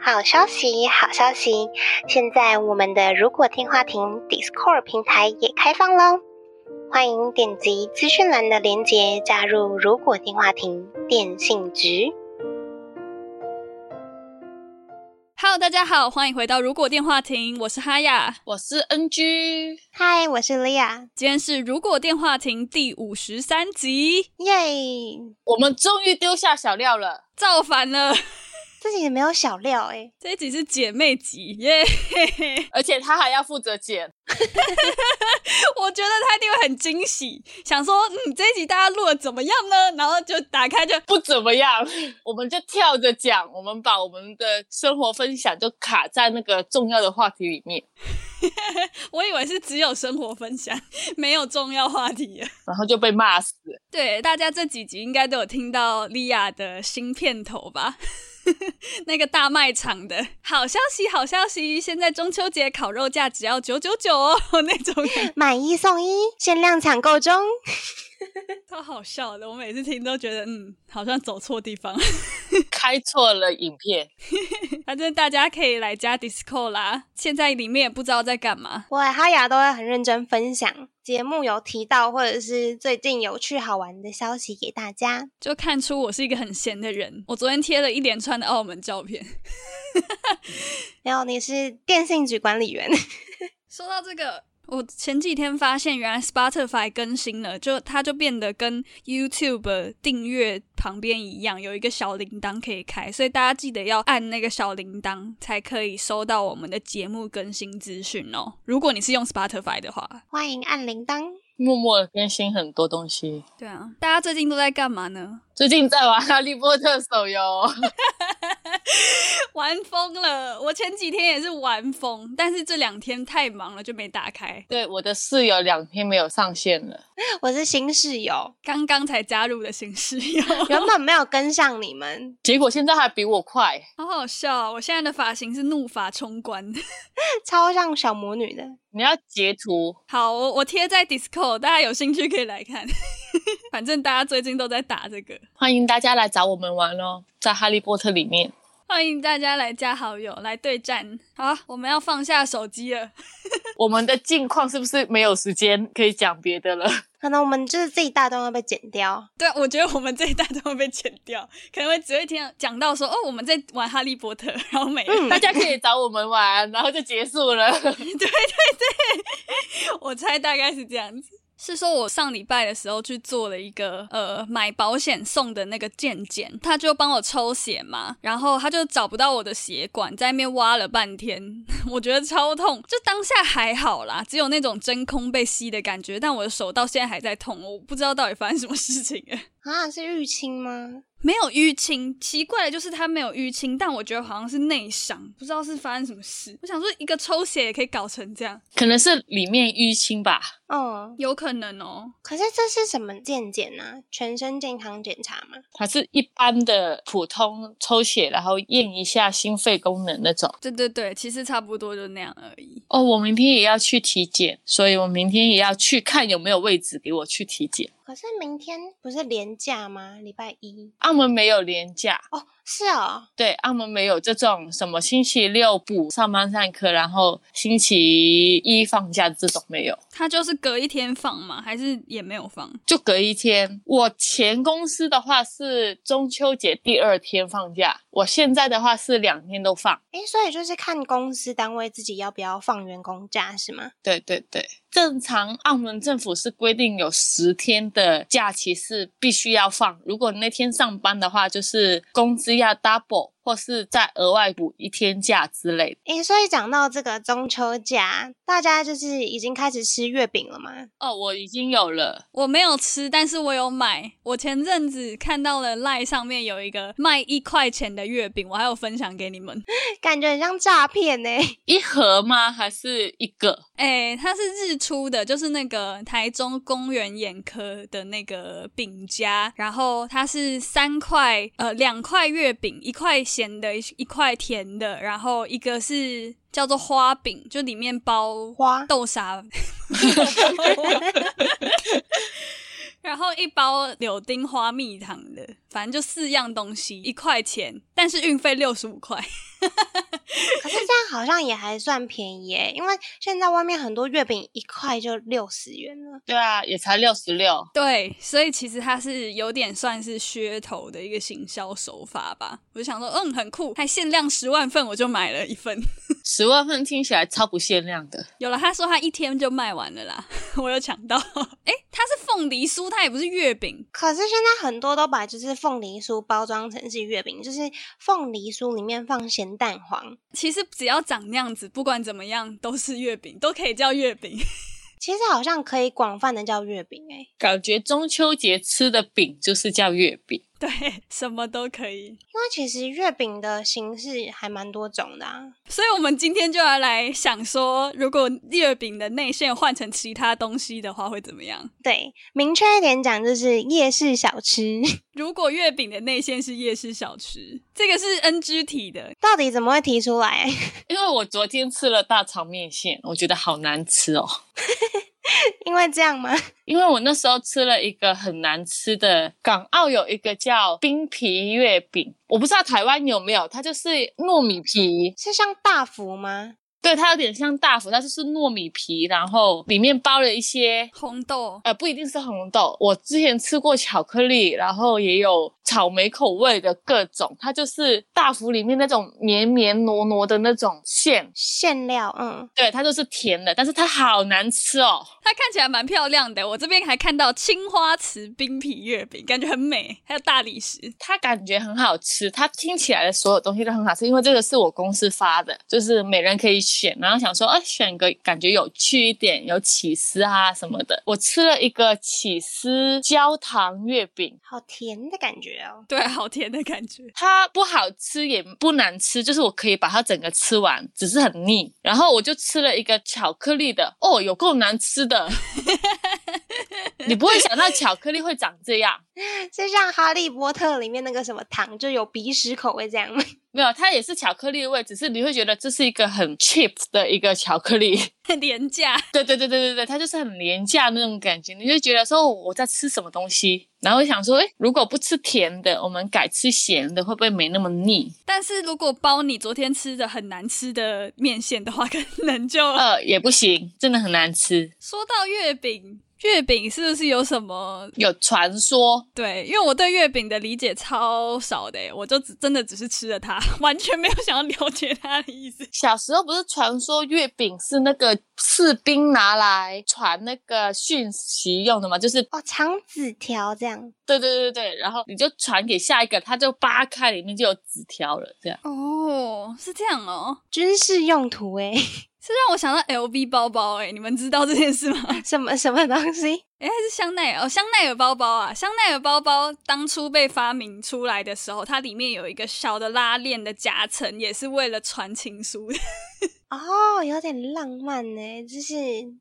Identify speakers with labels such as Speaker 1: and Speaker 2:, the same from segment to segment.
Speaker 1: 好消息，好消息！现在我们的如果电话亭 Discord 平台也开放喽，欢迎点击资讯栏的链接加入如果电话亭电信局。
Speaker 2: Hello，大家好，欢迎回到《如果电话亭》，我是哈雅。
Speaker 3: 我是 NG，
Speaker 1: 嗨，我是莉亚，
Speaker 2: 今天是《如果电话亭》第五十三集，
Speaker 1: 耶！
Speaker 3: 我们终于丢下小 料了。
Speaker 2: 造反了！
Speaker 1: 自己没有小料哎、
Speaker 2: 这一集是姐妹集耶
Speaker 3: 而且他还要负责剪，
Speaker 2: 我觉得他一定会很惊喜，想说，嗯，这一集大家录的怎么样呢？然后就打开就，
Speaker 3: 不怎么样， 我们就跳着讲，我们把我们的生活分享就卡在那个重要的话题里面，
Speaker 2: 我以为是只有生活分享，没有重要话题了。
Speaker 3: 然后就被骂死。
Speaker 2: 对，大家这几集应该都有听到莉亚的新片头吧？ 那个大卖场的好消息，好消息！现在中秋节烤肉价只要九九九哦，那种感觉
Speaker 1: 买一送一，限量抢购中。
Speaker 2: 超好笑的。我每次听都觉得，嗯，好像走错地方。
Speaker 3: 开错了影片，
Speaker 2: 反正大家可以来加 Discord 啦，现在里面也不知道在干嘛。
Speaker 1: 我和哈雅都会很认真分享节目有提到或者是最近有趣好玩的消息给大家。
Speaker 2: 就看出我是一个很闲的人。我昨天贴了一连串的澳门照片。
Speaker 1: 没有，你是电信局管理员，
Speaker 2: 说到这个，我前几天发现，原来 Spotify 更新了，就它就变得跟 YouTube 订阅旁边一样，有一个小铃铛可以开，所以大家记得要按那个小铃铛，才可以收到我们的节目更新资讯哦。如果你是用 Spotify 的话，
Speaker 1: 欢迎按铃铛。
Speaker 3: 默默地更新很多东西。
Speaker 2: 对啊，大家最近都在干嘛呢？
Speaker 3: 最近在玩《哈利波特》手游，
Speaker 2: 玩疯了！我前几天也是玩疯，但是这两天太忙了，就没打开。
Speaker 3: 对我的室友两天没有上线了，
Speaker 1: 我是新室友，
Speaker 2: 刚刚才加入的新室友，
Speaker 1: 原本没有跟上你们，
Speaker 3: 结果现在还比我快。
Speaker 2: 好好笑啊、我现在的发型是怒发冲冠。
Speaker 1: 超像小魔女的。
Speaker 3: 你要截图，
Speaker 2: 好，我我贴在 Discord，大家有兴趣可以来看。 反正大家最近都在打这个，
Speaker 3: 欢迎大家来找我们玩哦，在《哈利波特》里面。
Speaker 2: 欢迎大家来加好友来对战。好，我们要放下手机了。
Speaker 3: 我们的近况是不是没有时间可以讲别的了？
Speaker 1: 可能我们就是自己大段会被剪掉，
Speaker 2: 对，我觉得我们这一代都会被剪掉，可能会只会听讲到说哦，我们在玩哈利波特，然后没了。
Speaker 3: 大家可以找我们玩，然后就结束了。
Speaker 2: 我猜大概是这样子。是说，我上礼拜的时候去做了一个呃买保险送的那个健检，他就帮我抽血嘛，然后他就找不到我的血管，在那边挖了半天， 我觉得超痛。就当下还好啦，只有那种真空被吸的感觉，但我的手到现在还在痛，我不知道到底发生什么事情了。
Speaker 1: 啊，是淤青吗？
Speaker 2: 没有淤青，奇怪的就是它没有淤青，但我觉得好像是内伤，不知道是发生什么事。我想说，一个抽血也可以搞成这样，
Speaker 3: 可能是里面淤青吧。
Speaker 1: 哦，
Speaker 2: 有可能哦。
Speaker 1: 可是这是什么健检呢？全身健康检查吗？
Speaker 3: 还是一般的普通抽血，然后验一下心肺功能那种。
Speaker 2: 对对对，其实差不多就那样而已。
Speaker 3: 哦，我明天也要去体检，所以我明天也要去看有没有位置给我去体检。
Speaker 1: 可是明天不是连假吗？礼拜一
Speaker 3: 澳门没有年假，
Speaker 1: 哦，是哦，
Speaker 3: 对，澳门没有这种什么星期六补上班上课，然后星期一放假这种没有。
Speaker 2: 它就是隔一天放嘛，还是也没有放？
Speaker 3: 就隔一天。我前公司的话是中秋节第二天放假，我现在的话是两天都放。
Speaker 1: 诶，所以就是看公司单位自己要不要放员工假是吗？
Speaker 3: 对对对，正常澳门政府是规定有十天的假期是必须要放，如果你那天上班的话，就是工资要 double。或是再额外补一天假之类的。
Speaker 1: 诶，所以讲到这个中秋假，大家就是已经开始吃月饼了吗？
Speaker 3: 哦，我已经有了。
Speaker 2: 我没有吃，但是我有买。我前阵子看到了赖上面有一个卖一块钱的月饼，我还有分享给你们。
Speaker 1: 感觉很像诈骗呢、
Speaker 3: 一盒吗？还是一个？
Speaker 2: 哎、它是日出的，就是那个台中公园眼科的那个饼家，然后它是三块，呃，两块月饼，一块咸的，一一块甜的，然后一个是叫做花饼，就里面包
Speaker 1: 花
Speaker 2: 豆沙，然后一包柳丁花蜜糖的，反正就四样东西，一块钱，但是运费六十五块。
Speaker 1: 可是这样好像也还算便宜诶，因为现在外面很多月饼一块就六十元了。
Speaker 3: 对啊，也才六十六。
Speaker 2: 对，所以其实它是有点算是噱头的一个行销手法吧。我就想说，嗯，很酷，还限量十万份，我就买了一份。
Speaker 3: 十万份听起来超不限量的。
Speaker 2: 有了，他说他一天就卖完了啦，我有抢到。诶，它是凤梨酥，它也不是月饼。
Speaker 1: 可是现在很多都把就是凤梨酥包装成是月饼，就是凤梨酥里面放咸蛋黄。
Speaker 2: 其实只要长那样子，不管怎么样都是月饼，都可以叫月饼。
Speaker 1: 其实好像可以广泛的叫月饼诶、
Speaker 3: 感觉中秋节吃的饼就是叫月饼。
Speaker 2: 对，什么都可以。
Speaker 1: 因为其实月饼的形式还蛮多种的啊。
Speaker 2: 所以我们今天就要来想说，如果月饼的内馅换成其他东西的话，会怎么样？
Speaker 1: 对，明确一点讲就是夜市小吃，
Speaker 2: 如果月饼的内馅是夜市小吃，这个是 NG 体的，
Speaker 1: 到底怎么会提出来？
Speaker 3: 因为我昨天吃了大肠面线，我觉得好难吃哦。
Speaker 1: 因为这样吗？
Speaker 3: 因为我那时候吃了一个很难吃的，港澳有一个叫冰皮月饼，我不知道台湾有没有，它就是糯米皮，
Speaker 1: 是像大福吗？
Speaker 3: 对，它有点像大福，它就是糯米皮，然后里面包了一些。
Speaker 2: 红豆
Speaker 3: 呃，不一定是红豆。我之前吃过巧克力，然后也有草莓口味的各种，它就是大福里面那种绵绵挪挪的那种馅，
Speaker 1: 馅料，嗯，
Speaker 3: 对，它就是甜的，但是它好难吃哦。
Speaker 2: 它看起来蛮漂亮的，我这边还看到青花瓷冰皮月饼，感觉很美，还有大理石。
Speaker 3: 它感觉很好吃，它听起来的所有东西都很好吃，因为这个是我公司发的，就是每人可以选，然后想说，哎、选个感觉有趣一点，有起司啊什么的。我吃了一个起司焦糖月饼，
Speaker 1: 好甜的感觉哦。
Speaker 2: 对，好甜的感觉。
Speaker 3: 它不好吃也不难吃，就是我可以把它整个吃完，只是很腻。然后我就吃了一个巧克力的，哦，有够难吃的。你不会想到巧克力会长这样，
Speaker 1: 是像《哈利波特》里面那个什么糖，就有鼻屎口味这样吗？
Speaker 3: 没有，它也是巧克力味，只是你会觉得这是一个很 cheap 的一个巧克力。
Speaker 2: 廉价，
Speaker 3: 对对对对对对，它就是很廉价那种感觉，你就觉得说哦我在吃什么东西，然后想说，哎，如果不吃甜的，我们改吃咸的，会不会没那么腻？
Speaker 2: 但是如果包你昨天吃的很难吃的面线的话，可能就……
Speaker 3: 呃，也不行，真的很难吃。
Speaker 2: 说到月饼，月饼是不是有什么？
Speaker 3: 有传说，
Speaker 2: 对，因为我对月饼的理解超少的，我就只真的只是吃了它， 完全没有想要了解它的意思。
Speaker 3: 小时候不是传说月饼是那个士兵拿来传那个讯息用的吗？就是
Speaker 1: 哦，长纸条这样。
Speaker 3: 对对对对对，然后你就传给下一个，他就扒开里面就有纸条了，这样。
Speaker 2: 哦，是这样哦，
Speaker 1: 军事用途欸诶，
Speaker 2: 是让我想到 LV 包包，哎，你们知道这件事吗？
Speaker 1: 什么什么东西？
Speaker 2: 哎，还是香奈儿哦，香奈儿包包啊，香奈儿包包当初被发明出来的时候，它里面有一个小的拉链的夹层，也是为了传情书。
Speaker 1: 哦，有点浪漫呢，就是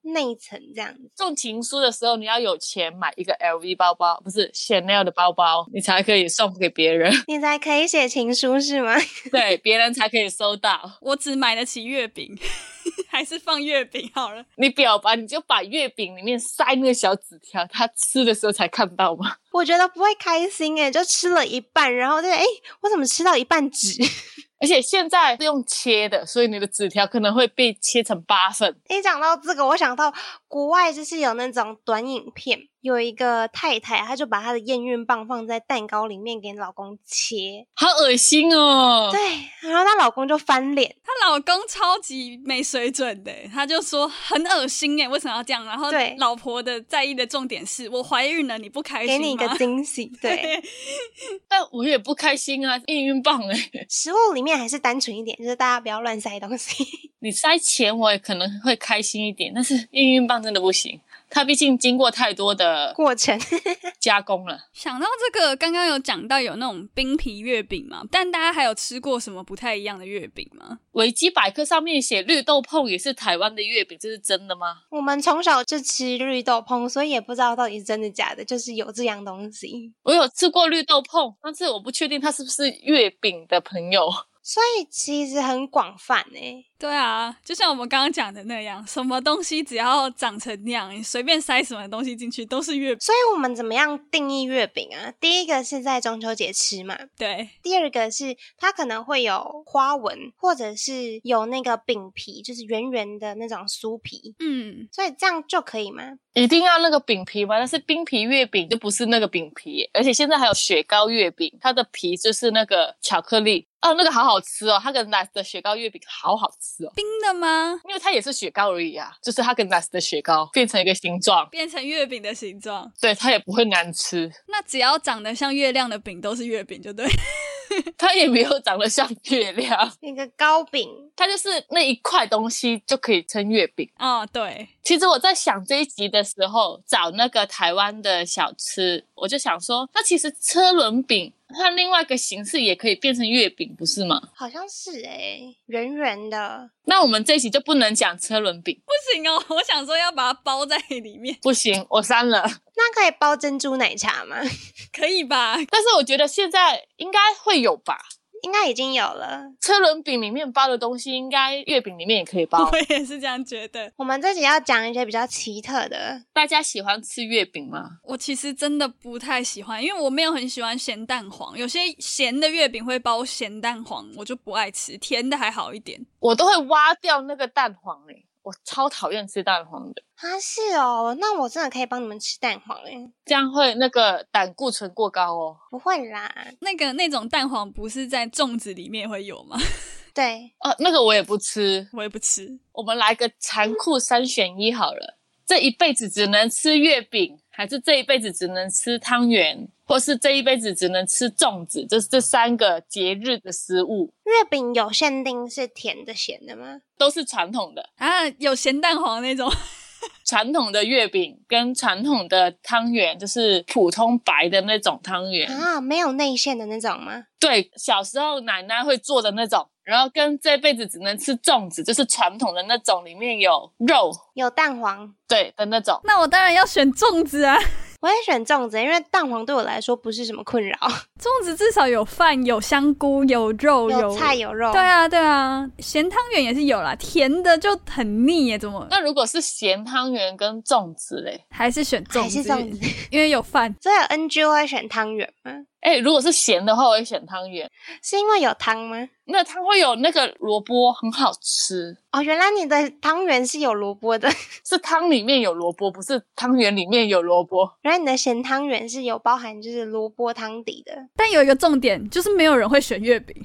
Speaker 1: 内层这样子。
Speaker 3: 送情书的时候，你要有钱买一个 LV 包包，不是 Chanel 的包包，你才可以送给别人，
Speaker 1: 你才可以写情书是吗？
Speaker 3: 对，别人才可以收到。
Speaker 2: 我只买得起月饼， 还是放月饼好了。
Speaker 3: 你表白，你就把月饼里面塞那个小纸条，他吃的时候才看到吗？
Speaker 1: 我觉得不会开心欸诶，就吃了一半，然后就诶，我怎么吃到一半纸？
Speaker 3: 而且现在是用切的，所以你的纸条可能会被切成八份。
Speaker 1: 一讲到这个，我想到国外就是有那种短影片，有一个太太，她就把她的验孕棒放在蛋糕里面给老公切，
Speaker 3: 好恶心哦！
Speaker 1: 对，然后她老公就翻脸，
Speaker 2: 她老公超级没水准的，他就说欸很恶心哎，为什么要这样？然后
Speaker 1: 对
Speaker 2: 老婆的在意的重点是我怀孕了，你不开心
Speaker 1: 给你一个个 惊喜。对，
Speaker 3: 但我也不开心啊，验孕棒哎、
Speaker 1: 食物里面还是单纯一点，就是大家不要乱塞东西。
Speaker 3: 你塞钱我也可能会开心一点，但是验孕棒真的不行，它毕竟经过太多的
Speaker 1: 过程
Speaker 3: 加工了。
Speaker 2: 想到这个，刚刚有讲到有那种冰皮月饼嘛，但大家还有吃过什么不太一样的月饼吗？
Speaker 3: 维基百科上面写绿豆椪也是台湾的月饼，这是真的吗？
Speaker 1: 我们从小就吃绿豆椪，所以也不知道到底是真的假的，就是有这样东西。
Speaker 3: 我有吃过绿豆椪，但是我不确定它是不是月饼的朋友。
Speaker 1: 所以其实很广泛欸诶、
Speaker 2: 对啊，就像我们刚刚讲的那样，什么东西只要长成那样，你随便塞什么东西进去都是月饼。
Speaker 1: 所以我们怎么样定义月饼啊？第一个是在中秋节吃嘛，
Speaker 2: 对，
Speaker 1: 第二个是它可能会有花纹，或者是有那个饼皮，就是圆圆的那种酥皮，
Speaker 2: 嗯，
Speaker 1: 所以这样就可以吗？
Speaker 3: 一定要那个饼皮吗？但是冰皮月饼就不是那个饼皮，而且现在还有雪糕月饼，它的皮就是那个巧克力。哦，那个好好吃哦，它跟 Nice 的雪糕月饼好好吃哦，
Speaker 2: 冰的吗？
Speaker 3: 因为它也是雪糕而已啊，就是它跟 Nice 的雪糕变成一个形状，
Speaker 2: 变成月饼的形状，
Speaker 3: 对，它也不会难吃，
Speaker 2: 那只要长得像月亮的饼都是月饼，就对。
Speaker 3: 它也没有长得像月亮，
Speaker 1: 那个糕饼，
Speaker 3: 它就是那一块东西就可以称月饼。
Speaker 2: 哦，对，
Speaker 3: 其实我在想这一集的时候，找那个台湾的小吃，我就想说，那其实车轮饼它另外一个形式也可以变成月饼，不是吗？
Speaker 1: 好像是诶、圆圆的，
Speaker 3: 那我们这一集就不能讲车轮饼，
Speaker 2: 不行哦，我想说要把它包在里面，
Speaker 3: 不行，我删了。
Speaker 1: 那可以包珍珠奶茶吗？
Speaker 2: 可以吧？
Speaker 3: 但是我觉得现在应该会有吧，
Speaker 1: 应该已经有了。
Speaker 3: 车轮饼里面包的东西，应该月饼里面也可以包
Speaker 2: 我。也是这样觉得。
Speaker 1: 我们这集要讲一些比较奇特的，
Speaker 3: 大家喜欢吃月饼吗？
Speaker 2: 我其实真的不太喜欢，因为我没有很喜欢咸蛋黄。有些咸的月饼会包咸蛋黄，我就不爱吃。甜的还好一点，
Speaker 3: 我都会挖掉那个蛋黄诶、我超讨厌吃蛋黄的，
Speaker 1: 啊，是哦，那我真的可以帮你们吃蛋黄诶、
Speaker 3: 这样会那个胆固醇过高哦。
Speaker 1: 不会啦，
Speaker 2: 那个那种蛋黄不是在粽子里面会有吗？
Speaker 1: 对，
Speaker 3: 呃，那个我也不吃，
Speaker 2: 我也不吃。
Speaker 3: 我们来个残酷三选一好了，这一辈子只能吃月饼，还是这一辈子只能吃汤圆，或是这一辈子只能吃粽子？这这三个节日的食物
Speaker 1: 月饼有限定是甜的、咸的吗？
Speaker 3: 都是传统的，
Speaker 2: 啊，有咸蛋黄那种，
Speaker 3: 传统的月饼跟传统的汤圆，就是普通白的那种汤圆。
Speaker 1: 啊，没有内馅的那种吗？
Speaker 3: 对，小时候奶奶会做的那种，然后跟这辈子只能吃粽子，就是传统的那种，里面有肉，
Speaker 1: 有蛋黄，
Speaker 3: 对的那种。
Speaker 2: 那我当然要选粽子啊！
Speaker 1: 我也选粽子，因为蛋黄对我来说不是什么困扰，
Speaker 2: 粽子至少有饭、有香菇、有肉、
Speaker 1: 有菜有肉。
Speaker 2: 对，啊，对啊，咸汤圆也是有啦，甜的就很腻耶，怎么？
Speaker 3: 那如果是咸汤圆跟粽子嘞？
Speaker 2: 还是选粽
Speaker 1: 还是粽子。
Speaker 2: 因为有饭。
Speaker 1: 所以 NG 会选汤圆吗？
Speaker 3: 哎，如果是咸的话，我会选汤圆。
Speaker 1: 是因为有汤吗？
Speaker 3: 那它会有那个萝卜，很好吃，
Speaker 1: 哦，原来你的汤圆是有萝卜的，
Speaker 3: 是汤里面有萝卜，不是汤圆里面有萝卜。
Speaker 1: 原来你的咸汤圆是有包含就是萝卜汤底的。
Speaker 2: 但有一个重点，就是没有人会选月饼。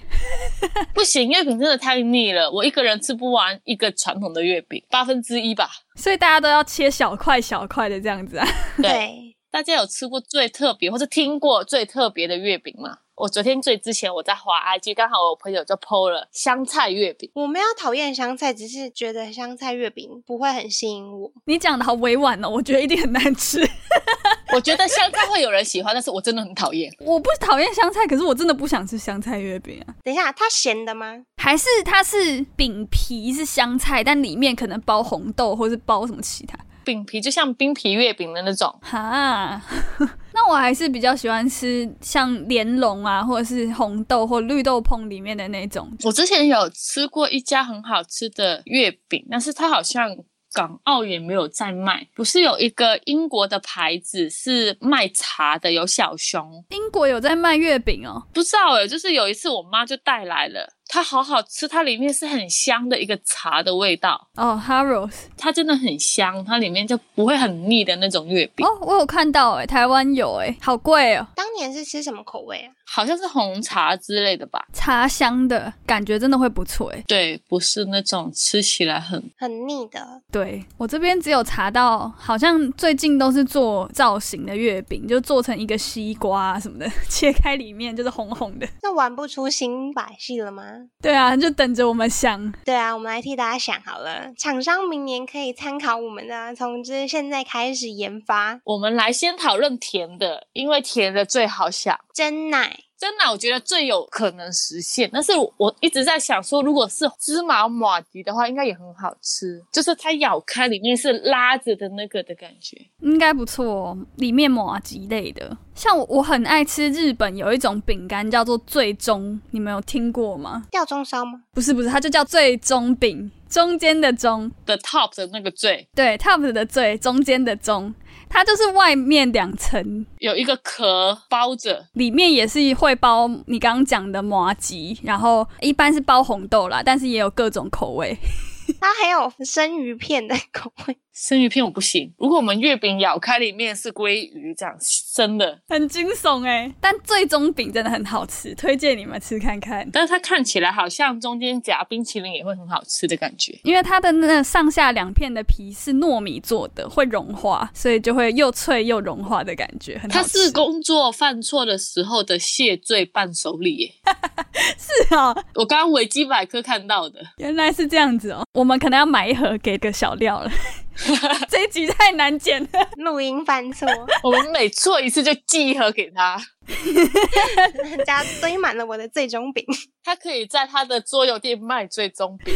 Speaker 3: 不行，月饼真的太腻了，我一个人吃不完一个传统的月饼，八分之一吧。
Speaker 2: 所以大家都要切小块小块的这样子啊。
Speaker 3: 对
Speaker 1: 对，
Speaker 3: 大家有吃过最特别或者听过最特别的月饼吗？我昨天最之前我在滑 IG，刚好我朋友就 PO 了香菜月饼。
Speaker 1: 我没有讨厌香菜，只是觉得香菜月饼不会很吸引我。
Speaker 2: 你讲的好委婉哦，我觉得一定很难吃。
Speaker 3: 我觉得香菜会有人喜欢，但是我真的很讨厌。
Speaker 2: 我不讨厌香菜，可是我真的不想吃香菜月饼啊。
Speaker 1: 等一下，它咸的吗？
Speaker 2: 还是它是饼皮是香菜，但里面可能包红豆或是包什么其他。
Speaker 3: 饼皮就像冰皮月饼的那种，
Speaker 2: 哈， 那我还是比较喜欢吃像莲蓉啊，或者是红豆或绿豆椪里面的那种。
Speaker 3: 我之前有吃过一家很好吃的月饼，但是它好像港澳也没有在卖。不是有一个英国的牌子是卖茶的，有小熊，
Speaker 2: 英国有在卖月饼哦，
Speaker 3: 欸不知道诶，就是有一次我妈就带来了。它好好吃，它里面是很香的一个茶的味道，
Speaker 2: 哦 h a r r o s
Speaker 3: 它真的很香，它里面就不会很腻的那种月饼，
Speaker 2: 哦，我有看到哎、台湾有哎、好贵哦，
Speaker 1: 当年是吃什么口味啊？
Speaker 3: 好像是红茶之类的吧？
Speaker 2: 茶香的感觉真的会不错哎、
Speaker 3: 对，不是那种吃起来很
Speaker 1: 很腻的，
Speaker 2: 对我这边只有查到，好像最近都是做造型的月饼，就做成一个西瓜什么的， 切开里面就是红红的。
Speaker 1: 那玩不出新把戏了吗？
Speaker 2: 对啊，就等着我们想。
Speaker 1: 对啊，我们来替大家想好了，厂商明年可以参考我们的啊，从这现在开始研发
Speaker 3: 我们来先讨论甜的，因为甜的最好想。
Speaker 1: 真奶，
Speaker 3: 真的，我觉得最有可能实现。但是我一直在想说，如果是芝麻马吉的话，应该也很好吃，就是它咬开里面是拉着的那个的感觉。
Speaker 2: 应该不错哦，里面抹吉类的，像我我很爱吃日本有一种饼干叫做最终，你们有听过吗？
Speaker 1: 吊钟烧吗？
Speaker 2: 不是不是，它就叫最终饼，中间的中，
Speaker 3: The top 的那个最
Speaker 2: 对，top 的最，中间的中，它就是外面两层，
Speaker 3: 有一个壳包着，
Speaker 2: 里面也是会包你刚刚讲的麻吉，然后一般是包红豆啦，但是也有各种口味。
Speaker 1: 它还有生鱼片的口味，
Speaker 3: 生鱼片我不行。如果我们月饼咬开里面是鲑鱼这样生的，
Speaker 2: 很惊悚哎、但最终饼真的很好吃，推荐你们吃看看。
Speaker 3: 但是它看起来好像中间夹冰淇淋也会很好吃的感觉。
Speaker 2: 因为它的那上下两片的皮是糯米做的，会融化，所以就会又脆又融化的感觉，很好
Speaker 3: 它
Speaker 2: 吃。
Speaker 3: 是工作犯错的时候的谢罪伴手礼耶，
Speaker 2: 是 哦，
Speaker 3: 我刚刚维基百科看到的。
Speaker 2: 原来是这样子哦。我们可能要买一盒给个小料 了，这一集太难剪了。
Speaker 1: 录音犯错，
Speaker 3: 我们每做一次就寄一盒给他，
Speaker 1: 人 家堆满了我的最终饼。
Speaker 3: 他可以在他的桌游店卖最终饼。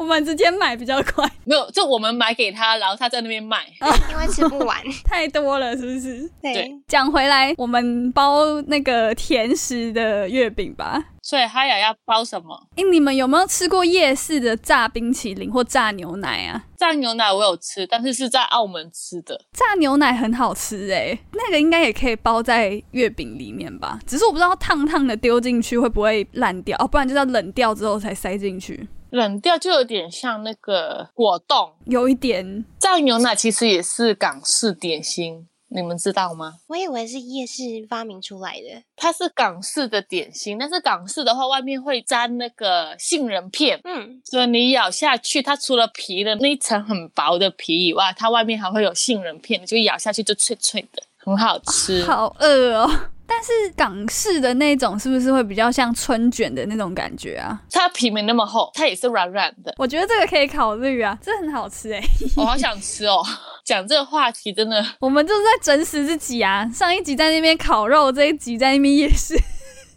Speaker 2: 我们直接买比较快，
Speaker 3: 没有，就我们买给他，然后他在那边卖。
Speaker 1: 因为吃不完。
Speaker 2: 太多了是不是？
Speaker 1: 对
Speaker 3: 对，
Speaker 2: 讲回来，我们包那个甜食的月饼吧。
Speaker 3: 所以哈雅要包什么？
Speaker 2: 哎，你们有没有吃过夜市的炸冰淇淋或炸牛奶啊？
Speaker 3: 蘸牛奶我有吃，但是是在澳门吃的。
Speaker 2: 炸牛奶很好吃哎、那个应该也可以包在月饼里面吧，只是我不知道烫烫的丢进去会不会烂掉哦，不然就是要冷掉之后才塞进去，
Speaker 3: 冷掉就有点像那个果冻。
Speaker 2: 有一点
Speaker 3: 蘸牛奶其实也是港式点心，你们知道吗？
Speaker 1: 我以为是夜市发明出来的，
Speaker 3: 它是港式的点心，但是港式的话外面会沾那个杏仁片，
Speaker 1: 嗯，
Speaker 3: 所以你咬下去，它除了皮的那一层很薄的皮以外，它外面还会有杏仁片，就咬下去就脆脆的，很好吃。
Speaker 2: 好饿哦。但是港式的那种是不是会比较像春卷的那种感觉啊？。
Speaker 3: 它皮没那么厚，它也是软软的
Speaker 2: 我觉得这个可以考虑啊，这很好吃哎、
Speaker 3: 我好想吃哦！讲这个话题真的，
Speaker 2: 我们就是在整死自己啊！上一集在那边烤肉，这一集在那边夜市，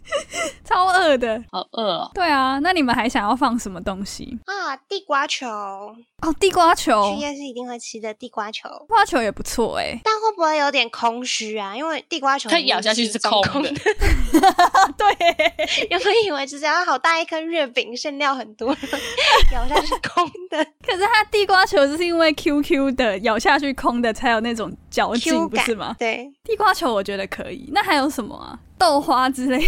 Speaker 2: 超饿的。
Speaker 3: 好饿哦。
Speaker 2: 对啊，那你们还想要放什么东西？
Speaker 1: 啊，地瓜球，
Speaker 2: 哦，地瓜球，
Speaker 1: 去夜市一定会吃的地瓜球。
Speaker 2: 地瓜球也不错哎、
Speaker 1: 但会不会有点空虚啊？因为地瓜球
Speaker 3: 它咬下去是
Speaker 1: 中
Speaker 3: 空
Speaker 1: 的
Speaker 3: 的，，
Speaker 1: 啊
Speaker 2: 对，
Speaker 1: 原本以为只是要好大一颗月饼，馅料很多， 咬下去是空的
Speaker 2: 可是它地瓜球就是因为 QQ 的咬下去空的才有那种嚼劲，
Speaker 1: Q
Speaker 2: 不
Speaker 1: 感，
Speaker 2: 是吗？
Speaker 1: 对，
Speaker 2: 地瓜球我觉得可以。那还有什么啊？豆花之类，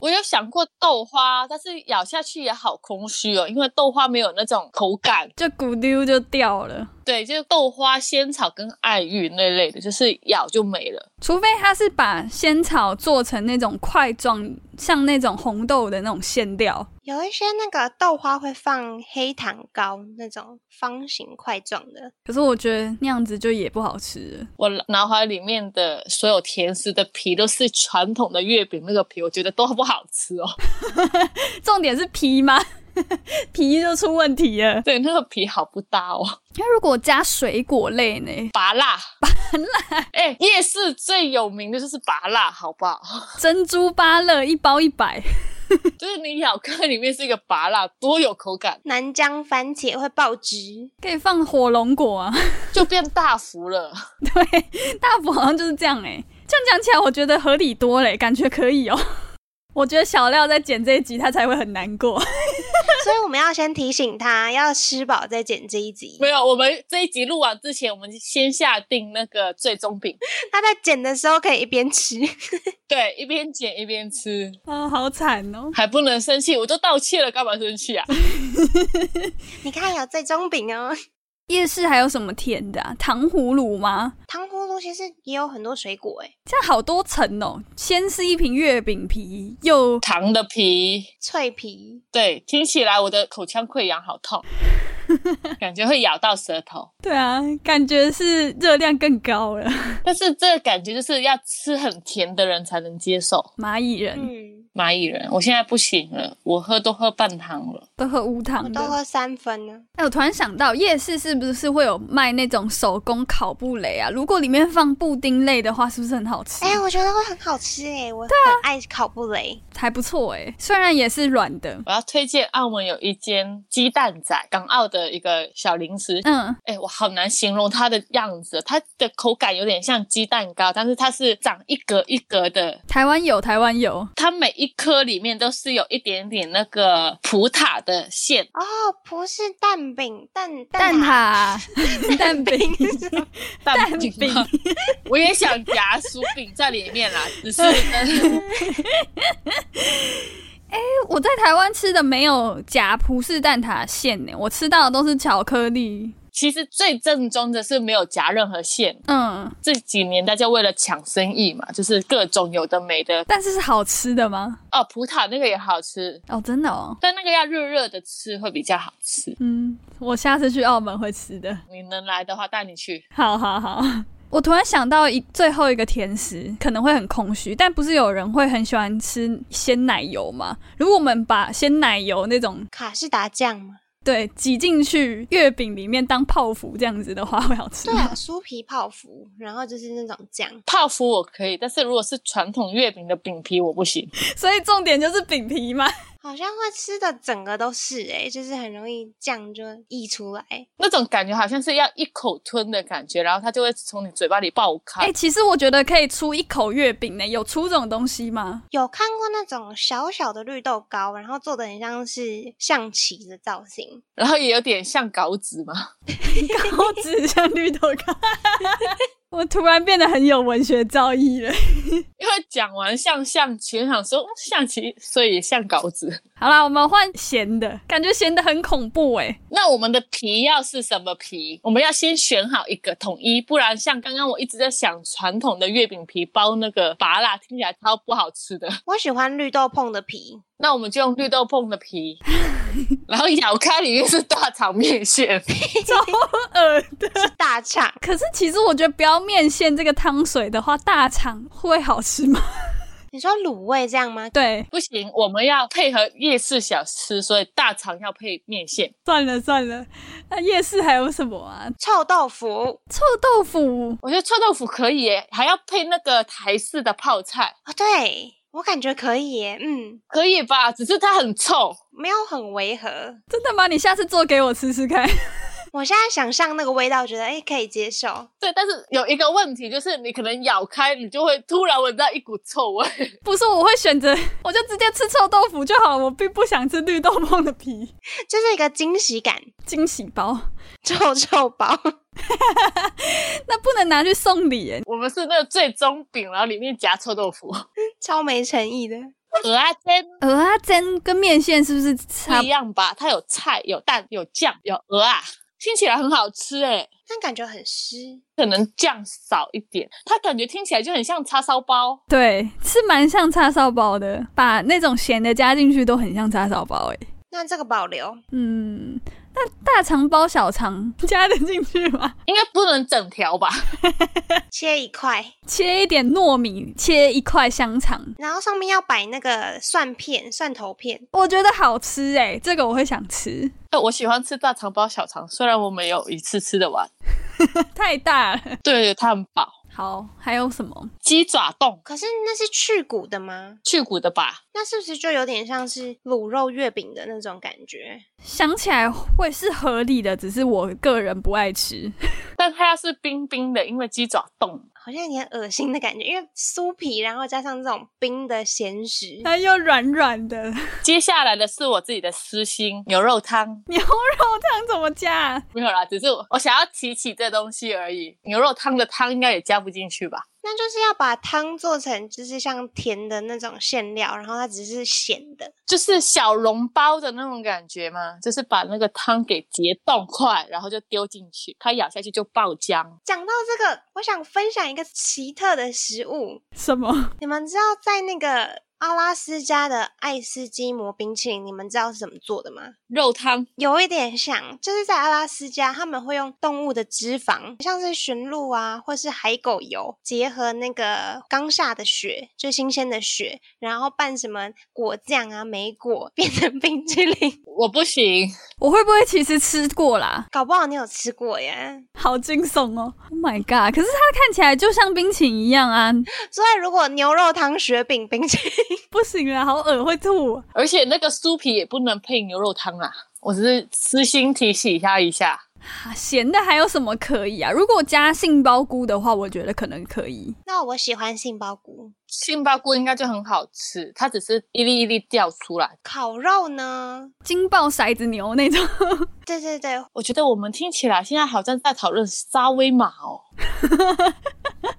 Speaker 3: 我有想过豆花，但是咬下去也好空虚哦，因为豆花没有那种口感。
Speaker 2: 就咕溜就掉了。
Speaker 3: 对，就是豆花、仙草跟爱玉那类的，就是咬就没了。
Speaker 2: 除非它是把仙草做成那种块状，像那种红豆的那种馅料，
Speaker 1: 有一些那个豆花会放黑糖糕那种方形块状的，
Speaker 2: 可是我觉得那样子就也不好吃了。
Speaker 3: 我脑海里面的所有甜食的皮都是传统的月饼那个皮，我觉得都不好吃哦。
Speaker 2: 重点是皮吗？ 皮就出问题了。
Speaker 3: 对，那个皮好不搭哦。
Speaker 2: 那如果加水果类呢？
Speaker 3: 拔辣，拔辣，哎、夜市最有名的就是拔辣，好不好？
Speaker 2: 珍珠芭乐一包一百，
Speaker 3: 就是你咬开里面是一个拔辣，多有口感，
Speaker 1: 南姜番茄会爆汁，
Speaker 2: 可以放火龙果啊。
Speaker 3: 就变大福了。
Speaker 2: 对，大补好像就是这样哎、这样讲起来，我觉得合理 多嘞、感觉可以哦、我觉得小廖在剪这一集，他才会很难过。
Speaker 1: 所以我们要先提醒他要吃饱再剪这一集
Speaker 3: 没。有，我们这一集录完之前，我们先下定那个最终饼，
Speaker 1: 他在剪的时候可以一边吃，
Speaker 3: 对，一边剪一边吃，
Speaker 2: 啊，好惨哦！
Speaker 3: 还不能生气，我都道歉了，干嘛生气啊？
Speaker 1: 你看有最终饼哦。
Speaker 2: 夜市还有什么甜的、啊？糖葫芦吗？
Speaker 1: 糖葫芦其实也有很多水果欸诶，
Speaker 2: 这样好多层哦。先是一瓶月饼皮，又
Speaker 3: 糖的皮，
Speaker 1: 脆皮。
Speaker 3: 对，听起来我的口腔溃疡好痛，感觉会咬到舌头。
Speaker 2: 对啊，感觉是热量更高了。
Speaker 3: 但是这个感觉就是要吃很甜的人才能接受。
Speaker 2: 蚂蚁人、
Speaker 1: 嗯，
Speaker 3: 蚂蚁人，我现在不行了，我喝都喝半糖了。
Speaker 2: 都喝无糖
Speaker 1: 我
Speaker 2: 的
Speaker 1: 嗯都。喝三分呢。
Speaker 2: 哎、我突然想到，夜市是不是会有卖那种手工烤布雷啊？如果里面放布丁类的话，是不是很好吃？
Speaker 1: 哎、我觉得会很好吃诶，我很爱烤布雷。
Speaker 2: 还不错哎、虽然也是软的。
Speaker 3: 我要推荐澳门有一间鸡蛋仔，港澳的一个小零食。
Speaker 2: 嗯，
Speaker 3: 哎，我好难形容它的样子，它的口感有点像鸡蛋糕，但是它是长一格一格的，
Speaker 2: 台湾有，台湾有。
Speaker 3: 它每一颗里面都是有一点点那个葡挞的馅，
Speaker 1: 哦，不是蛋饼，蛋
Speaker 2: 蛋
Speaker 1: 挞。
Speaker 2: 挞、 蛋饼、
Speaker 3: 蛋
Speaker 2: 蛋
Speaker 3: 饼
Speaker 2: 饼
Speaker 3: 吗， 我也想夹薯饼在里面啦，只 是
Speaker 2: 我在台湾吃的没有夹葡式蛋挞馅呢，我吃到的都是巧克力。
Speaker 3: 其实最正宗的是没有夹任何馅。
Speaker 2: 嗯，
Speaker 3: 这几年大家为了抢生意嘛，就是各种有的没的
Speaker 2: 但是是好吃的吗？
Speaker 3: 哦，葡挞那个也好吃，
Speaker 2: 哦，真的哦。
Speaker 3: 但那个要热热的吃会比较好吃。
Speaker 2: 嗯，我下次去澳门会吃的。
Speaker 3: 你能来的话，带你去。
Speaker 2: 好好好。我突然想到一最后一个甜食，可能会很空虚，但不是有人会很喜欢吃鲜奶油吗？如果我们把鲜奶油那种
Speaker 1: 卡士达酱吗？
Speaker 2: 对挤进去月饼里面当泡芙这样子的话，会好吃
Speaker 1: 对
Speaker 2: 吗？
Speaker 1: 啊，酥皮泡芙，然后就是那种酱。
Speaker 3: 泡芙我可以，但是如果是传统月饼的饼皮我不行。
Speaker 2: 所以重点就是饼皮嘛。
Speaker 1: 好像会吃的整个都是诶、就是很容易酱就溢出来。
Speaker 3: 那种感觉好像是要一口吞的感觉，然后它就会从你嘴巴里爆开。
Speaker 2: 哎、其实我觉得可以出一口月饼呢，有出这种东西吗？
Speaker 1: 有看过那种小小的绿豆糕，然后做的很像是象棋的造型，
Speaker 3: 然后也有点像稿纸嘛。
Speaker 2: 高脂像绿豆糕， 我突然变得很有文学造诣了。
Speaker 3: 因为讲完像象棋，我想说嗯象棋，所以像稿纸。
Speaker 2: 好啦，我们换咸的，感觉咸的很恐怖哎、
Speaker 3: 那我们的皮要是什么皮？我们要先选好一个统一，不然像刚刚我一直在想传统的月饼皮包那个拔辣，听起来超不好吃的。
Speaker 1: 我喜欢绿豆碰的皮。
Speaker 3: 那我们就用绿豆碰的皮，然后咬开里面是大肠面线，
Speaker 2: 呃，对。
Speaker 1: 大肠，
Speaker 2: 可是其实我觉得不要面线这个汤水的话，大肠会好吃 吗？
Speaker 1: 你说卤味这样吗？
Speaker 2: 对，
Speaker 3: 不行，我们要配合夜市小吃，所以大肠要配面线。
Speaker 2: 算了算了。那夜市还有什么啊？
Speaker 1: 臭豆腐
Speaker 2: 臭豆腐，
Speaker 3: 我觉得臭豆腐可以耶，还要配那个台式的泡菜，
Speaker 1: 哦，对我感觉可以耶，嗯，
Speaker 3: 可以吧？只是它很臭。
Speaker 1: 没有很违和。
Speaker 2: 真的吗？你下次做给我吃吃 看。
Speaker 1: 我现在想象那个味道，觉得哎可以接受。
Speaker 3: 对，但是有一个问题就是，你可能咬开，你就会突然闻到一股臭味。
Speaker 2: 不是，我会选择，我就直接吃臭豆腐就好了。我并不想吃绿豆梦的皮
Speaker 1: 就是一个惊喜感，
Speaker 2: 惊喜包，
Speaker 1: 臭臭包。
Speaker 2: 那不能拿去送礼耶。
Speaker 3: 我们是那个最终饼，然后里面夹臭豆腐，
Speaker 1: 超没诚意的。
Speaker 3: 蚵仔煎
Speaker 2: 鹅啊煎跟面线是不是
Speaker 3: 不
Speaker 2: 差
Speaker 3: 一？样吧？它有菜、有蛋、有酱、有蚵啊，听起来很好吃诶。
Speaker 1: 但感觉很湿，
Speaker 3: 可能酱少一点，它感觉听起来就很像叉烧包。
Speaker 2: 对，是蛮像叉烧包的，把那种咸的加进去都很像叉烧包哎。
Speaker 1: 那这个保留。
Speaker 2: 嗯，那大肠包小肠 加得进去吗？
Speaker 3: 应该不能整条吧？
Speaker 1: 切一块，
Speaker 2: 切一点糯米，切一块香肠，
Speaker 1: 然后上面要摆那个蒜片、蒜头片。
Speaker 2: 我觉得好吃哎，这个我会想吃，
Speaker 3: 哎我喜欢吃大肠包小肠，虽然我没有一次吃得完。
Speaker 2: 太大了。
Speaker 3: 对，它很饱。
Speaker 2: 好，还有什么？
Speaker 3: 鸡爪冻，
Speaker 1: 可是那是去骨的吗？
Speaker 3: 去骨的吧？
Speaker 1: 那是不是就有点像是卤肉月饼的那种感觉？
Speaker 2: 想起来会是合理的，只是我个人不爱吃。
Speaker 3: 但它要是冰冰的，因为鸡爪冻。
Speaker 1: 好像有点恶心的感觉，因为酥皮，然后加上这种冰的咸食，
Speaker 2: 它又软软的，
Speaker 3: 接下来的是我自己的私心牛肉汤，
Speaker 2: 牛肉汤怎么加啊？
Speaker 3: 没有啦，只是我我想要提起这东西而已。牛肉汤的汤应该也加不进去吧？
Speaker 1: 那就是要把汤做成就是像甜的那种馅料，然后它只是咸的。
Speaker 3: 就是小笼包的那种感觉嘛，就是把那个汤给结冻块，然后就丢进去，它咬下去就爆浆。
Speaker 1: 讲到这个，我想分享一个奇特的食物，
Speaker 2: 什么？
Speaker 1: 你们知道在那个阿拉斯加的爱斯基摩冰淇淋，你们知道是怎么做的吗？
Speaker 3: 肉汤
Speaker 1: 有一点像，就是在阿拉斯加，他们会用动物的脂肪，像是驯鹿啊，或是海狗油，结合那个刚下的雪，最新鲜的雪，然后拌什么果酱啊、莓果， 变成冰淇淋。
Speaker 3: 我不行，
Speaker 2: 我会不会其实吃过啦？
Speaker 1: 搞不好你有吃过耶。
Speaker 2: 好惊悚哦！Oh my god！可是它看起来就像冰淇淋一样啊，
Speaker 1: 所以如果牛肉汤、雪饼、冰淇淋，
Speaker 2: 不行啦，好恶会吐。
Speaker 3: 而且那个酥皮也不能配牛肉汤啊。我只是私心提醒他一下，
Speaker 2: 啊咸的还有什么可以啊？如果加杏鲍菇的话，我觉得可能可以。
Speaker 1: 那我喜欢杏鲍菇。
Speaker 3: 杏鲍菇应该就很好吃，它只是一粒一粒掉出来。
Speaker 1: 烤肉呢？
Speaker 2: 金爆骰子牛那种，
Speaker 1: 对对对，
Speaker 3: 我觉得我们听起来现在好像在讨论沙威玛哦，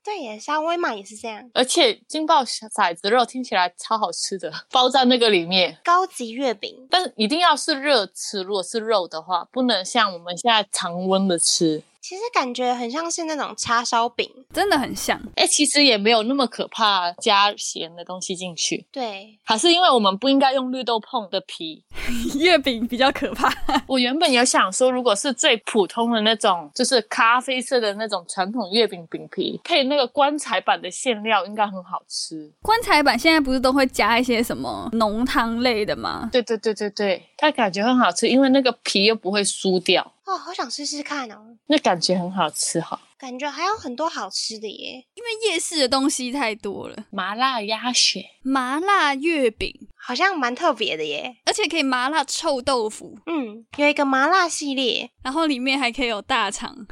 Speaker 1: 对耶，沙威玛也是这样。
Speaker 3: 而且金爆骰子肉听起来超好吃的，包在那个里面。
Speaker 1: 高级月饼，
Speaker 3: 但是一定要是热吃，如果是肉的话，不能像我们现在常温的吃。
Speaker 1: 其实感觉很像是那种叉烧饼。
Speaker 2: 真的很像。
Speaker 3: 哎，其实也没有那么可怕，加咸的东西进去，
Speaker 1: 对，
Speaker 3: 还是因为我们不应该用绿豆碰的皮。
Speaker 2: 月饼比较可怕。
Speaker 3: 我原本也想说，如果是最普通的那种，就是咖啡色的那种传统月饼饼皮，配那个棺材板的馅料，应该很好吃。
Speaker 2: 棺材板现在不是都会加一些什么浓汤类的吗？
Speaker 3: 对对对对对，它感觉很好吃，因为那个皮又不会酥掉，
Speaker 1: 哦，好想试试看哦，
Speaker 3: 那感觉很好吃哈。
Speaker 1: 感觉还有很多好吃的耶，
Speaker 2: 因为夜市的东西太多了，
Speaker 3: 麻辣鸭血，
Speaker 2: 麻辣月饼，
Speaker 1: 好像蛮特别的耶。
Speaker 2: 而且可以麻辣臭豆腐，
Speaker 1: 嗯，有一个麻辣系列，
Speaker 2: 然后里面还可以有大肠。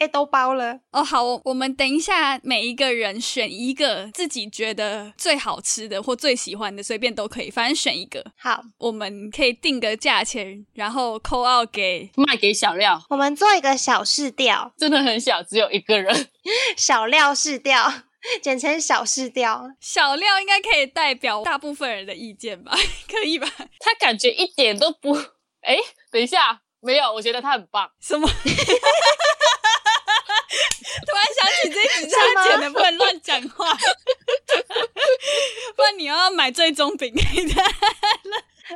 Speaker 1: 哎，都包了。
Speaker 2: 哦，好，我我们等一下，每一个人选一个自己觉得最好吃的或最喜欢的，随便都可以，反正选一个。
Speaker 1: 好，
Speaker 2: 我们可以定个价钱，然后扣二给
Speaker 3: 卖给小料，
Speaker 1: 我们做一个小试调，
Speaker 3: 真的很小，只有一个人。
Speaker 1: 小料试调，简称小试调。
Speaker 2: 小料，应该可以代表大部分人的意见吧？ 可以吧？
Speaker 3: 他感觉一点都不……哎，等一下，没有，我觉得他很棒。
Speaker 2: 什么？ 突然想起这一集真的剪的不能乱讲话， 不然你要买最终饼 给他。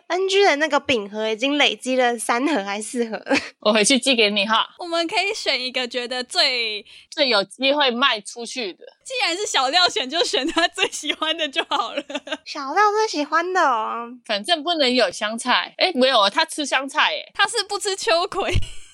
Speaker 1: NG 的那个饼盒已经累积了三盒还四盒了，
Speaker 3: 我回去寄给你哈，
Speaker 2: 我们可以选一个觉得最，
Speaker 3: 最有机会卖出去的。
Speaker 2: 既然是小料选，就选他最喜欢的就好了。
Speaker 1: 小料最喜欢的哦，
Speaker 3: 反正不能有香菜。哎，没有啊，他吃香菜哎。
Speaker 2: 他是不吃秋葵、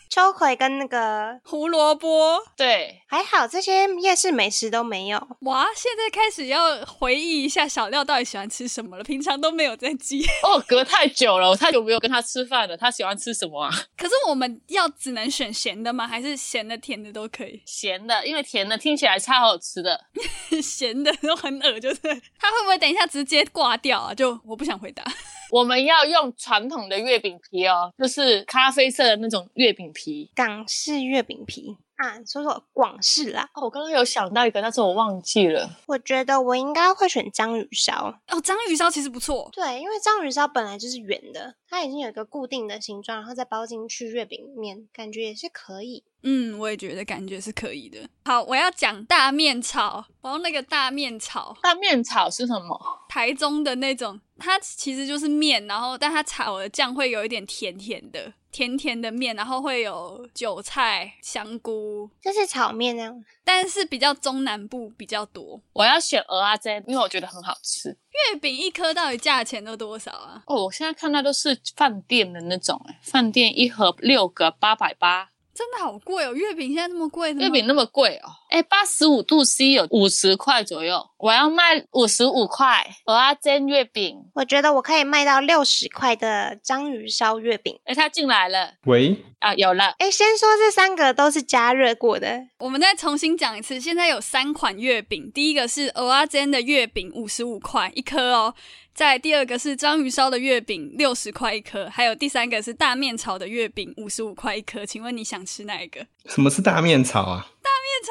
Speaker 1: 秋葵跟那个
Speaker 2: 胡萝卜。
Speaker 3: 对，
Speaker 1: 还好，这些夜市美食都没有。
Speaker 2: 哇，现在开始要回忆一下小料到底喜欢吃什么了，平常都没有在记。
Speaker 3: 哦，隔太久了，我太久没有跟他吃饭了。他喜欢吃什么啊？？
Speaker 2: 可是我们要只能选咸的吗？还是咸的、甜的都可以
Speaker 3: 咸的，因为甜的听起来超好吃的。
Speaker 2: 咸的都很恶，就是他会不会等一下直接挂掉啊？就我不想回答。
Speaker 3: 我们要用传统的月饼皮哦，就是咖啡色的那种月饼皮。
Speaker 1: 港式月饼皮啊，说说广式啦。
Speaker 3: 哦，我刚刚有想到一个，但是我忘记了。
Speaker 1: 我觉得我应该会选章鱼烧，
Speaker 2: 哦，章鱼烧其实不错，
Speaker 1: 对，因为章鱼烧本来就是圆的，它已经有一个固定的形状，然后再包进去月饼里面，感觉也是可以。
Speaker 2: 嗯，我也觉得感觉是可以的。好，我要讲大面炒，我要那个大面炒，
Speaker 3: 大面草是什么？
Speaker 2: 台中的那种，它其实就是面，然后但它炒的酱会有一点甜甜的，甜甜的面，然后会有韭菜、香菇，
Speaker 1: 就是炒面那啊样，
Speaker 2: 但是比较中南部比较多。
Speaker 3: 我要选鹅阿珍，因为我觉得很好吃。
Speaker 2: 月饼一颗到底价钱都多少啊？
Speaker 3: 欸哦，我现在看到都是饭店的那种，哎，饭店一盒六个八百八，
Speaker 2: 真的好贵哦，月饼现在这么贵的吗？
Speaker 3: 月饼那么贵哦？哎，八十五度 C 有五十块左右，我要卖五十五块，我要煎月饼。
Speaker 1: 我觉得我可以卖到六十块的章鱼烧月饼。
Speaker 3: 哎，他进来了
Speaker 4: 喂，
Speaker 3: 啊，有了。
Speaker 1: 哎，先说这三个都是加热过的，
Speaker 2: 我们再重新讲一次，现在有三款月饼，第一个是蚵仔煎的月饼，五十五块一颗哦。再第二个是章鱼烧的月饼，六十块一颗，还有第三个是大面炒的月饼，五十五块一颗。请问你想吃哪一个？面
Speaker 4: 什么是大面草啊？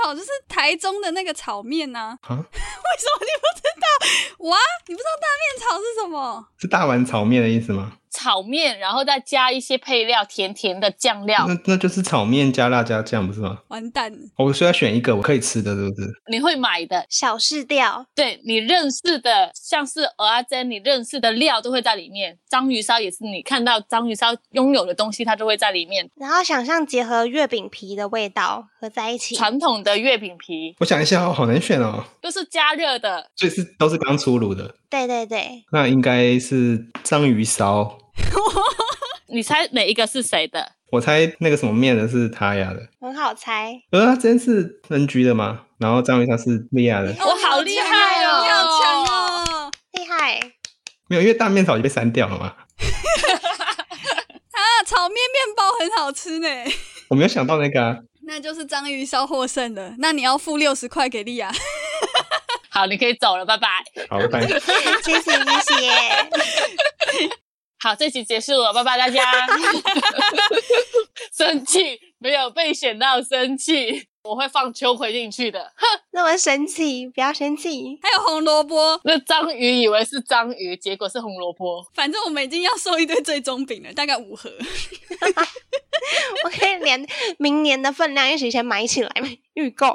Speaker 2: 炒就是台中的那个炒面呐、
Speaker 4: 啊，
Speaker 2: 为什么你不知道？哇，你不知道大面炒是什么？
Speaker 4: 是大碗炒面的意思吗？
Speaker 3: 炒面，然后再加一些配料，甜甜的酱料。
Speaker 4: 那那就是炒面加辣椒酱，不是吗？
Speaker 2: 完蛋了，
Speaker 4: 哦我需要选一个我可以吃的，是不是？
Speaker 3: 你会买的，
Speaker 1: 小试调。
Speaker 3: 对你认识的，像是蚵仔煎，你认识的料都会在里面。章鱼烧也是，你看到章鱼烧拥有的东西，它就会在里面。
Speaker 1: 然后想象结合月饼皮的味道合在一起，
Speaker 3: 传统的月饼皮
Speaker 4: 我想一下哦，好难选哦。
Speaker 3: 都是加热的，
Speaker 4: 所以是都是刚出炉的，
Speaker 1: 对对对，
Speaker 4: 那应该是章鱼烧。
Speaker 3: 你猜哪一个是谁的？
Speaker 4: 我猜那个什么面的是他呀的，
Speaker 1: 很好猜。
Speaker 4: 呃，真是 NG 的吗？然后章鱼烧是利亚
Speaker 2: 哦
Speaker 4: 的，
Speaker 3: 我好厉害哦
Speaker 2: 你好强哦！
Speaker 1: 厉害，
Speaker 4: 没有，因为大面草已经被删掉了嘛。
Speaker 2: 啊，炒面面包很好吃呢，
Speaker 4: 我没有想到那个、啊，
Speaker 2: 那就是章鱼烧获胜了。那你要付六十块给丽亚，
Speaker 3: 好，你可以走了，拜拜。
Speaker 4: 好，拜拜。
Speaker 1: 谢谢谢谢。
Speaker 3: 好，这集结束了，拜拜大家。 生气没有被选到，生气我会放秋葵进去的。
Speaker 1: 那么神奇，不要生气。
Speaker 2: 还有红萝卜。
Speaker 3: 那章鱼以为是章鱼，结果是红萝卜。
Speaker 2: 反正我们已经要送一堆最终饼了，大概五盒。
Speaker 1: 我可以连明年的分量一起先买起来 预购。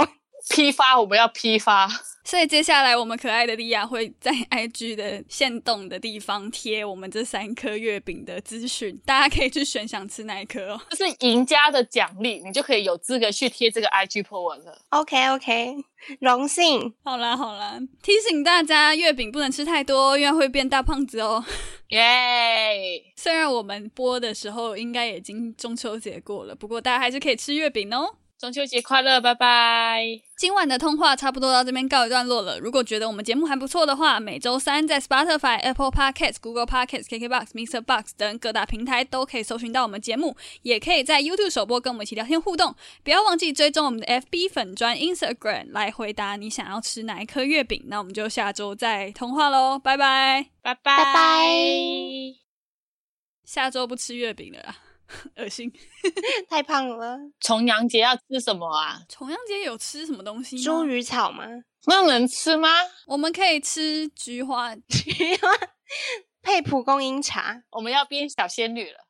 Speaker 3: 批发我们要批发，
Speaker 2: 所以接下来我们可爱的莉亚会在 IG 的限动的地方贴我们这三颗月饼的资讯，大家可以去选想吃哪一颗哦。
Speaker 3: 这是赢家的奖励，你就可以有资格去贴这个 IG po 文了。
Speaker 1: OK OK，荣幸。
Speaker 2: 好啦好啦，提醒大家月饼不能吃太多，因为会变大胖子哦。
Speaker 3: 耶、
Speaker 2: 虽然我们播的时候应该已经中秋节过了，不过大家还是可以吃月饼哦。
Speaker 3: 中秋节快乐，拜拜。
Speaker 2: 今晚的通话差不多到这边告一段落了。如果觉得我们节目还不错的话，每周三在 Spotify、Apple Podcasts、Google Podcasts、KKBox、Mr. Box 等各大平台都可以搜寻到我们节目，也可以在 YouTube 首播跟我们一起聊天互动。不要忘记追踪我们的 FB 粉专 Instagram 来回答你想要吃哪一颗月饼。那我们就下周再通话喽，拜拜！
Speaker 3: 拜拜
Speaker 1: 拜拜
Speaker 2: 下周不吃月饼了啦，啊 恶心。
Speaker 1: 太胖了，
Speaker 3: 重阳节要吃什么啊？
Speaker 2: 重阳节有吃什么东西吗？
Speaker 1: 茱萸草吗？
Speaker 3: 那能吃吗？
Speaker 2: 我们可以吃菊花
Speaker 1: 配蒲公英茶。
Speaker 3: 我们要变小仙女了。